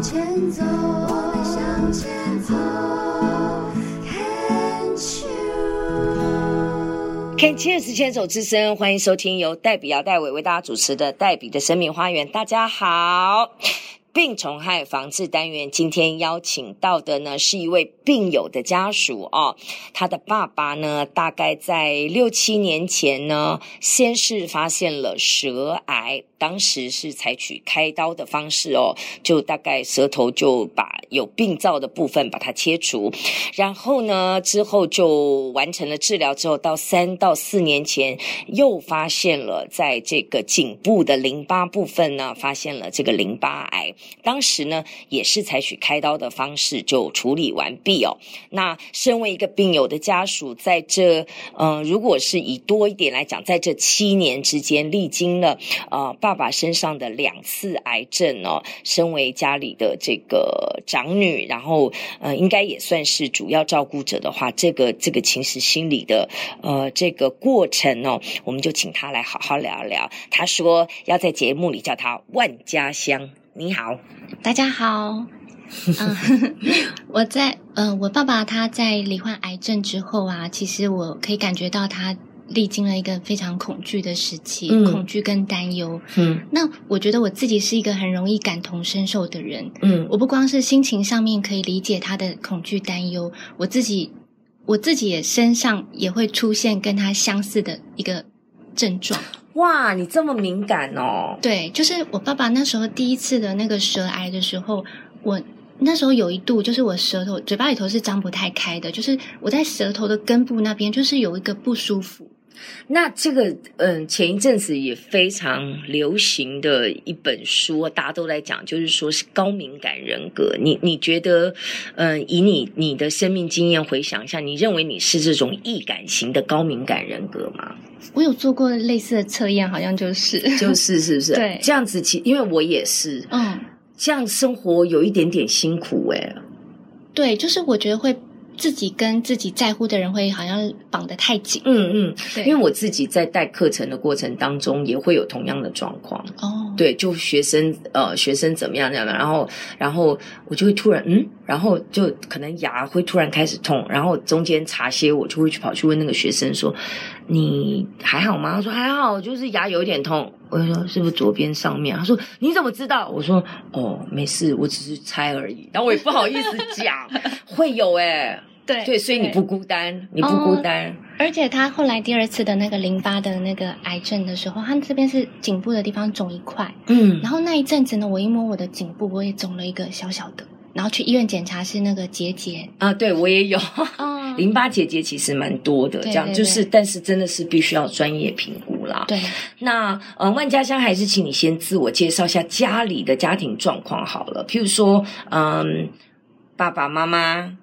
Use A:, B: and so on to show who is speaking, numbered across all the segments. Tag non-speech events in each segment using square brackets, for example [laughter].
A: 前走，我们向前走。Can't you？
B: K 七二十牵手之声，欢迎收听由黛比姚黛伟为大家主持的《黛比的生命花园》。大家好，病虫害防治单元今天邀请到的呢是一位病友的家属哦，他的爸爸呢大概在六七年前呢，先是发现了舌癌，当时是采取开刀的方式哦，就大概舌头就把有病灶的部分把它切除，然后呢，之后就完成了治疗之后，到三到四年前又发现了在这个颈部的淋巴部分呢，发现了这个淋巴癌。当时呢，也是采取开刀的方式就处理完毕哦。那身为一个病友的家属，在这嗯、呃如果是以多一点来讲，在这七年之间，历经了呃爸爸身上的两次癌症哦，身为家里的这个长女，然后呃应该也算是主要照顾者的话，这个这个其实心理的呃这个过程哦，我们就请他来好好聊聊。他说要在节目里叫他万家香。你好，
C: 大家好，嗯， [laughs] 我在呃，我爸爸他在罹患癌症之后啊，其实我可以感觉到他历经了一个非常恐惧的时期，
B: 嗯
C: 恐惧跟担忧。
B: 嗯
C: 那我觉得我自己是一个很容易感同身受的人，
B: 嗯
C: 我不光是心情上面可以理解他的恐惧担忧，我自己我自己也身上也会出现跟他相似的一个症状。
B: 哇，你这么敏感哦，
C: 对，就是我爸爸那时候第一次的那个舌癌的时候，我那时候有一度就是我舌头嘴巴里头是张不太开的，就是我在舌头的根部那边就是有一个不舒服。
B: 那这个嗯，前一阵子也非常流行的一本书，大家都在讲，就是说是高敏感人格。你你觉得，嗯，以你你的生命经验回想一下，你认为你是这种易感型的高敏感人格吗？
C: 我有做过类似的测验，好像就是，
B: [laughs] 就是是不是
C: 对
B: 这样子其，因为我也是
C: 嗯，
B: 这样生活有一点点辛苦欸诶、
C: [laughs] 对，就是我觉得会自己跟自己在乎的人会好像绑得太紧。
B: 嗯嗯，
C: 对，
B: 因为我自己在带课程的过程当中，也会有同样的状况。
C: 哦，
B: 对，就学生呃，学生怎么样怎么样，然后然后我就会突然嗯，然后就可能牙会突然开始痛，然后中间茶歇我就会去跑去问那个学生说你还好吗？他说还好，就是牙有一点痛。我就说是不是左边上面？他说你怎么知道？我说哦没事，我只是猜而已。然后我也不好意思讲，会有哎、
C: [laughs] 对
B: 对，所以你不孤单，你不孤
C: 哦
B: 单。
C: 而且他后来第二次的那个淋巴的那个癌症的时候，他这边是颈部的地方肿一块，
B: 嗯
C: 然后那一阵子呢，我一摸我的颈部，我也肿了一个小小的，然后去医院检查是那个结节。
B: 啊，对我也有。
C: 哦
B: 淋巴结节其实蛮多的，这
C: 对
B: 样
C: 对
B: 就是，但是真的是必须要专业评估啦。
C: 对，
B: 那呃，万家香还是请你先自我介绍一下家里的家庭状况好了，譬如说，嗯，爸爸妈妈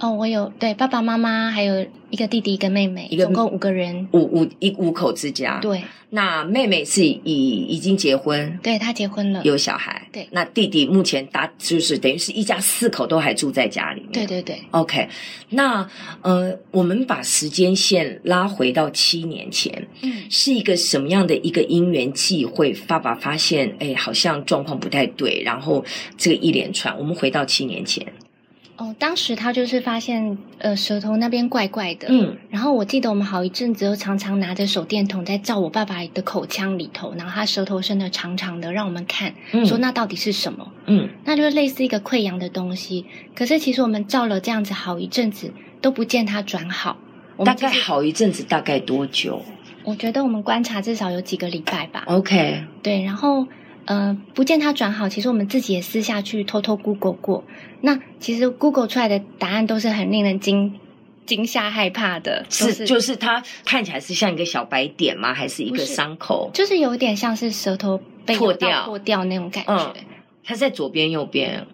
C: 哦，我有对爸爸妈妈，还有一个弟弟，一个妹妹，
B: 一个
C: 总共五个人。
B: 五五一五口之家，。
C: 对，
B: 那妹妹是已已经结婚
C: 对他结婚了。
B: 有小孩，
C: 对
B: 那弟弟目前打就是等于是一家四口都还住在家里面，
C: 对对对，
B: OK，那呃，我们把时间线拉回到七年前，
C: 嗯，
B: 是一个什么样的一个因缘际会？爸爸发现，哎，好像状况不太对，然后这个一连串，我们回到七年前，
C: 哦，当时他就是发现呃舌头那边怪怪的，
B: 嗯
C: 然后我记得我们好一阵子都常常拿着手电筒在照我爸爸的口腔里头，然后他舌头伸的长长的，让我们看，
B: 嗯
C: 说那到底是什么？
B: 嗯
C: 那就是类似一个溃疡的东西。可是其实我们照了这样子好一阵子，都不见它转好。我
B: 大
C: 们就
B: 概
C: 是
B: 好一阵子，大概多久
C: 我觉得我们观察至少有几个礼拜
B: 哦
C: 吧。
B: ？OK，
C: 对，然后呃，不见它转好，其实我们自己也私下去偷偷 Google 过。那其实 Google 出来的答案都是很令人惊惊吓、害怕的，都
B: 是就是它看起来是像一个小白点吗？还是一个
C: 不是
B: 伤口？
C: 就是有点像是舌头被
B: 破
C: 咬到
B: 掉
C: 破掉那种感
B: 嗯
C: 觉。啊
B: 它在左边、右边？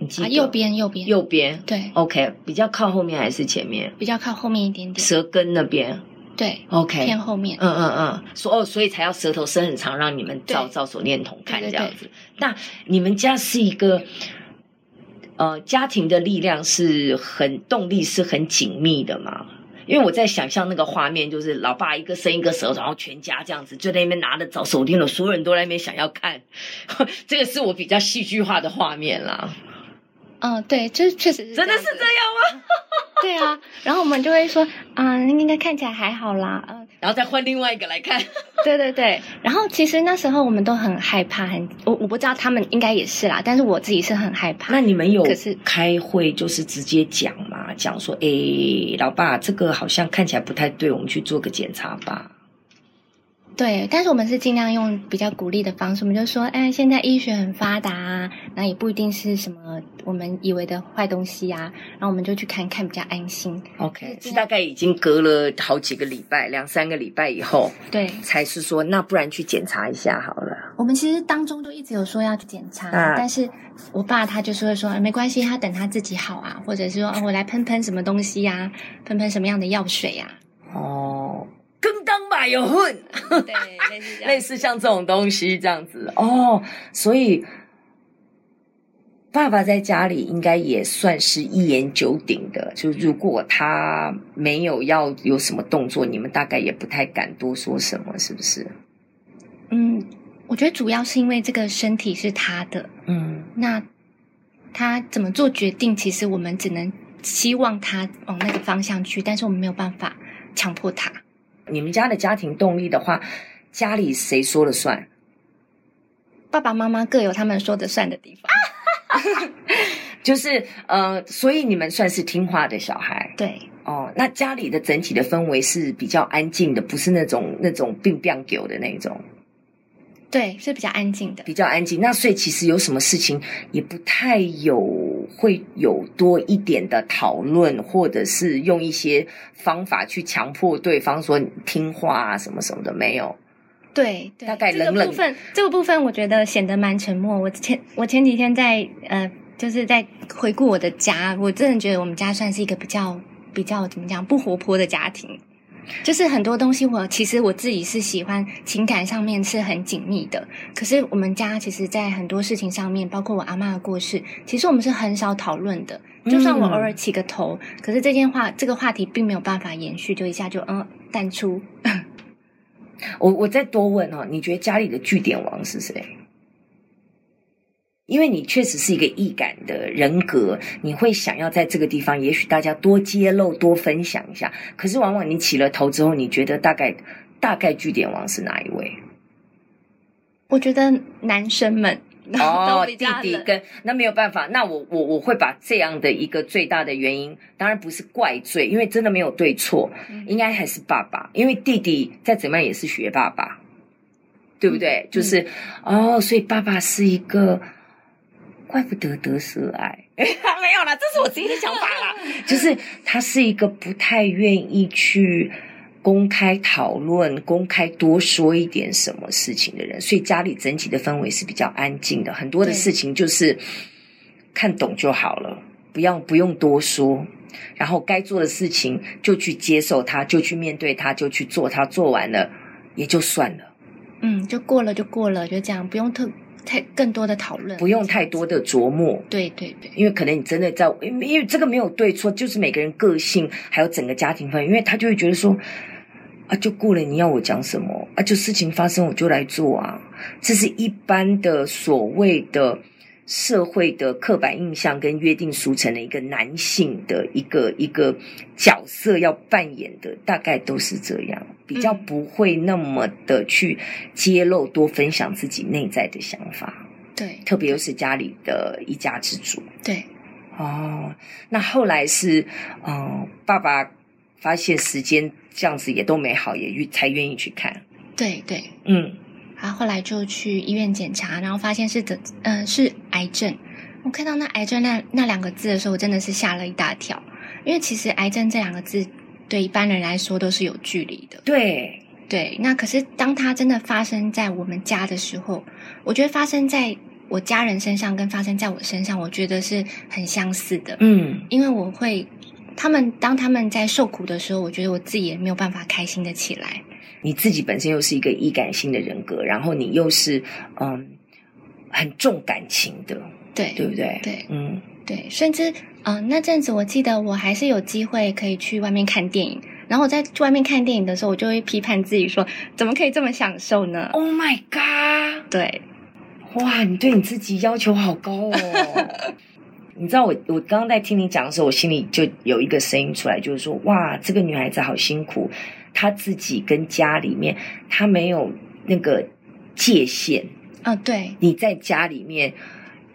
B: 你记
C: 啊，
B: 得
C: 右边，右边，
B: 右哦边
C: 对，
B: ，OK，比较靠后面还是前面？
C: 比较靠后面一点点，
B: 舌根那边
C: 对，
B: ，OK，
C: 偏后面。
B: 嗯嗯嗯，所哦，所以才要舌头伸很长，让你们照
C: 对
B: 照手电筒看
C: 对
B: 这
C: 对
B: 样子。那你们家是一个呃家庭的力量是很动力是很紧密的嘛？因为我在想象那个画面，就是老爸一个伸一个舌头，然后全家这样子就在那边拿着找手电筒，所有人都在那边想要看， [laughs] 这个是我比较戏剧化的画面啦。
C: 嗯，对，这确实是
B: 真的是
C: 这样子
B: 这样吗？
C: [laughs] 对啊，然后我们就会说，嗯，应该看起来还好啦，嗯，
B: 然后再换另外一个来看，
C: 对对对。然后其实那时候我们都很害怕，很我我不知道他们应该也是啦，但是我自己是很害怕
B: 那。你们有
C: 可是
B: 开会就是直接讲嘛，讲说，诶，老爸，这个好像看起来不太对，我们去做个检查吧。
C: 对，但是我们是尽量用比较鼓励的方式，我们就说，哎，现在医学很发达、啊，那也不一定是什么我们以为的坏东西啊，然后我们就去看看比较安心。
B: OK，
C: 对
B: 是大概已经隔了好几个礼拜，两三个礼拜以后，
C: 对，
B: 才是说，那不然去检查一下好了。
C: 我们其实当中就一直有说要去检查，
B: 嗯
C: 但是我爸他就是会说、哎没关系，他等他自己好啊，或者是说、哦、我来喷喷什么东西呀、喷喷什么样的药水啊呀、
B: 哦，跟当吧有混，
C: 对，类似这
B: 类
C: 样。
B: 似像这种东西这样子哦，所以爸爸在家里应该也算是一言九鼎的。就如果他没有要有什么动作，你们大概也不太敢多说什么，是不是？
C: 嗯，我觉得主要是因为这个身体是他的，
B: 嗯，
C: 那他怎么做决定，其实我们只能希望他往那个方向去，但是我们没有办法强迫他。
B: 你们家的家庭动力的话，家里谁说了算？
C: 爸爸妈妈各有他们说的算的地方，
B: 就是呃，所以你们算是听话的小孩
C: 对，
B: 哦。那家里的整体的氛围是比较安静的，不是那种那种病病狗的那种。
C: 对，是比较安静的。
B: 比较安静。那所以其实有什么事情也不太有会有多一点的讨论，或者是用一些方法去强迫对方说你听话啊什么什么的，没有。
C: 对，对
B: 大概
C: 这个
B: 冷冷
C: 部分，这个部分我觉得显得蛮沉默。我前我前几天在呃，就是在回顾我的家，我真的觉得我们家算是一个比较比较怎么讲不活泼的家庭。就是很多东西我，其实我自己是喜欢情感上面是很紧密的，可是我们家其实，在很多事情上面，包括我阿嬷的过世，其实我们是很少讨论的。就算我
B: 嗯
C: 偶尔起个头，可是这件话这个话题并没有办法延续，就一下就嗯淡出。
B: 我我再多问哦，你觉得家里的据点王是谁？因为你确实是一个易感的人格，你会想要在这个地方，也许大家多揭露、多分享一下。可是往往你起了头之后，你觉得大概大概据点王是哪一位？
C: 我觉得男生们
B: 哦，
C: [laughs] 都比
B: 弟
C: 较
B: 弟
C: 冷
B: 跟那没有办法，那我我我会把这样的一个最大的原因，当然不是怪罪，因为真的没有对错，
C: 嗯
B: 应该还是爸爸，因为弟弟再怎么样也是学爸
C: 嗯
B: 爸，对不对？就是、哦，所以爸爸是一个，怪不得得舌癌， [laughs] 没有啦，这是我自己的想法啦， [laughs] 就是他是一个不太愿意去。公开讨论、公开多说一点什么事情的人，所以家里整体的氛围是比较安静的。很多的
C: 对
B: 事情就是看懂就好了，不要不用多说。然后该做的事情就去接受它，就去面对它，就去做它，做完了也就算了，
C: 嗯，就过了就过了，就这样，不用特太更多的讨论，
B: 不用太多的琢磨。
C: 对对对，
B: 因为可能你真的在，因为因为这个没有对错，就是每个人个性还有整个家庭氛围，因为他就会觉得说，啊，就过了，你要我讲什么啊？就事情发生我就来做啊，这是一般的所谓的社会的刻板印象跟约定俗成的一个男性的一个一个角色要扮演的，大概都是这样，比较
C: 嗯
B: 不会那么的去揭露多分享自己内在的想法，
C: 对
B: 特别又是家里的一家之主。
C: 对，
B: 哦，那后来是，嗯、爸爸发现时间这样子也都没好，也愿才愿意去看。
C: 对对。
B: 嗯，
C: 然后后来就去医院检查，然后发现是得嗯、是癌症。我看到那癌症那那两个字的时候，我真的是吓了一大跳，因为其实癌症这两个字对一般人来说都是有距离的。
B: 对，
C: 对，那可是当它真的发生在我们家的时候，我觉得发生在我家人身上跟发生在我身上，我觉得是很相似的。
B: 嗯，
C: 因为我会，他们当他们在受苦的时候，我觉得我自己也没有办法开心的起来。
B: 你自己本身又是一个易感性的人格，然后你又是嗯很重感情的，
C: 对
B: 对不对？
C: 对
B: 嗯，
C: 对，甚至嗯、呃那阵子我记得我还是有机会可以去外面看电影，然后我在外面看电影的时候，我就会批判自己说，怎么可以这么享受呢？
B: Oh my god！
C: 对，
B: 哇，你对你自己要求好高
C: [laughs]
B: 哦。你知道我我刚刚在听你讲的时候，我心里就有一个声音出来，就是说，哇，这个女孩子好辛苦，她自己跟家里面她没有那个界限。
C: 啊、对，
B: 你在家里面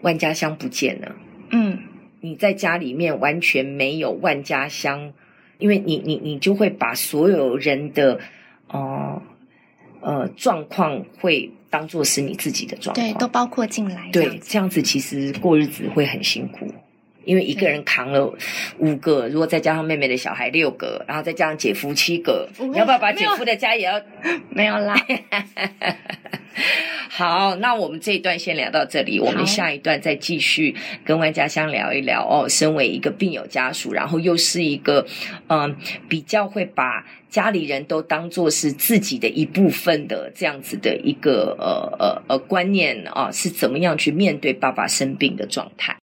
B: 万家香不见了，
C: 嗯，
B: 你在家里面完全没有万家香，因为你你你就会把所有人的哦呃状况会当做是你自己的状况，
C: 对，都包括进来。这
B: 对
C: 样，子
B: 这样子其实过日子会很辛苦，因为一个人扛了五个，如果再加上妹妹的小孩六个，然后再加上姐夫七个，
C: 不会
B: 你要不要把
C: 没
B: 姐
C: 有
B: 夫的家也要？
C: 没有啦，
B: 好，那我们这一段先聊到这里，我们
C: 好
B: 下一段再继续跟万家香聊一聊哦。身为一个病友家属，然后又是一个嗯比较会把家里人都当做是自己的一部分的这样子哦的一个呃呃呃观念啊、是怎么样去面对爸爸生病的状态。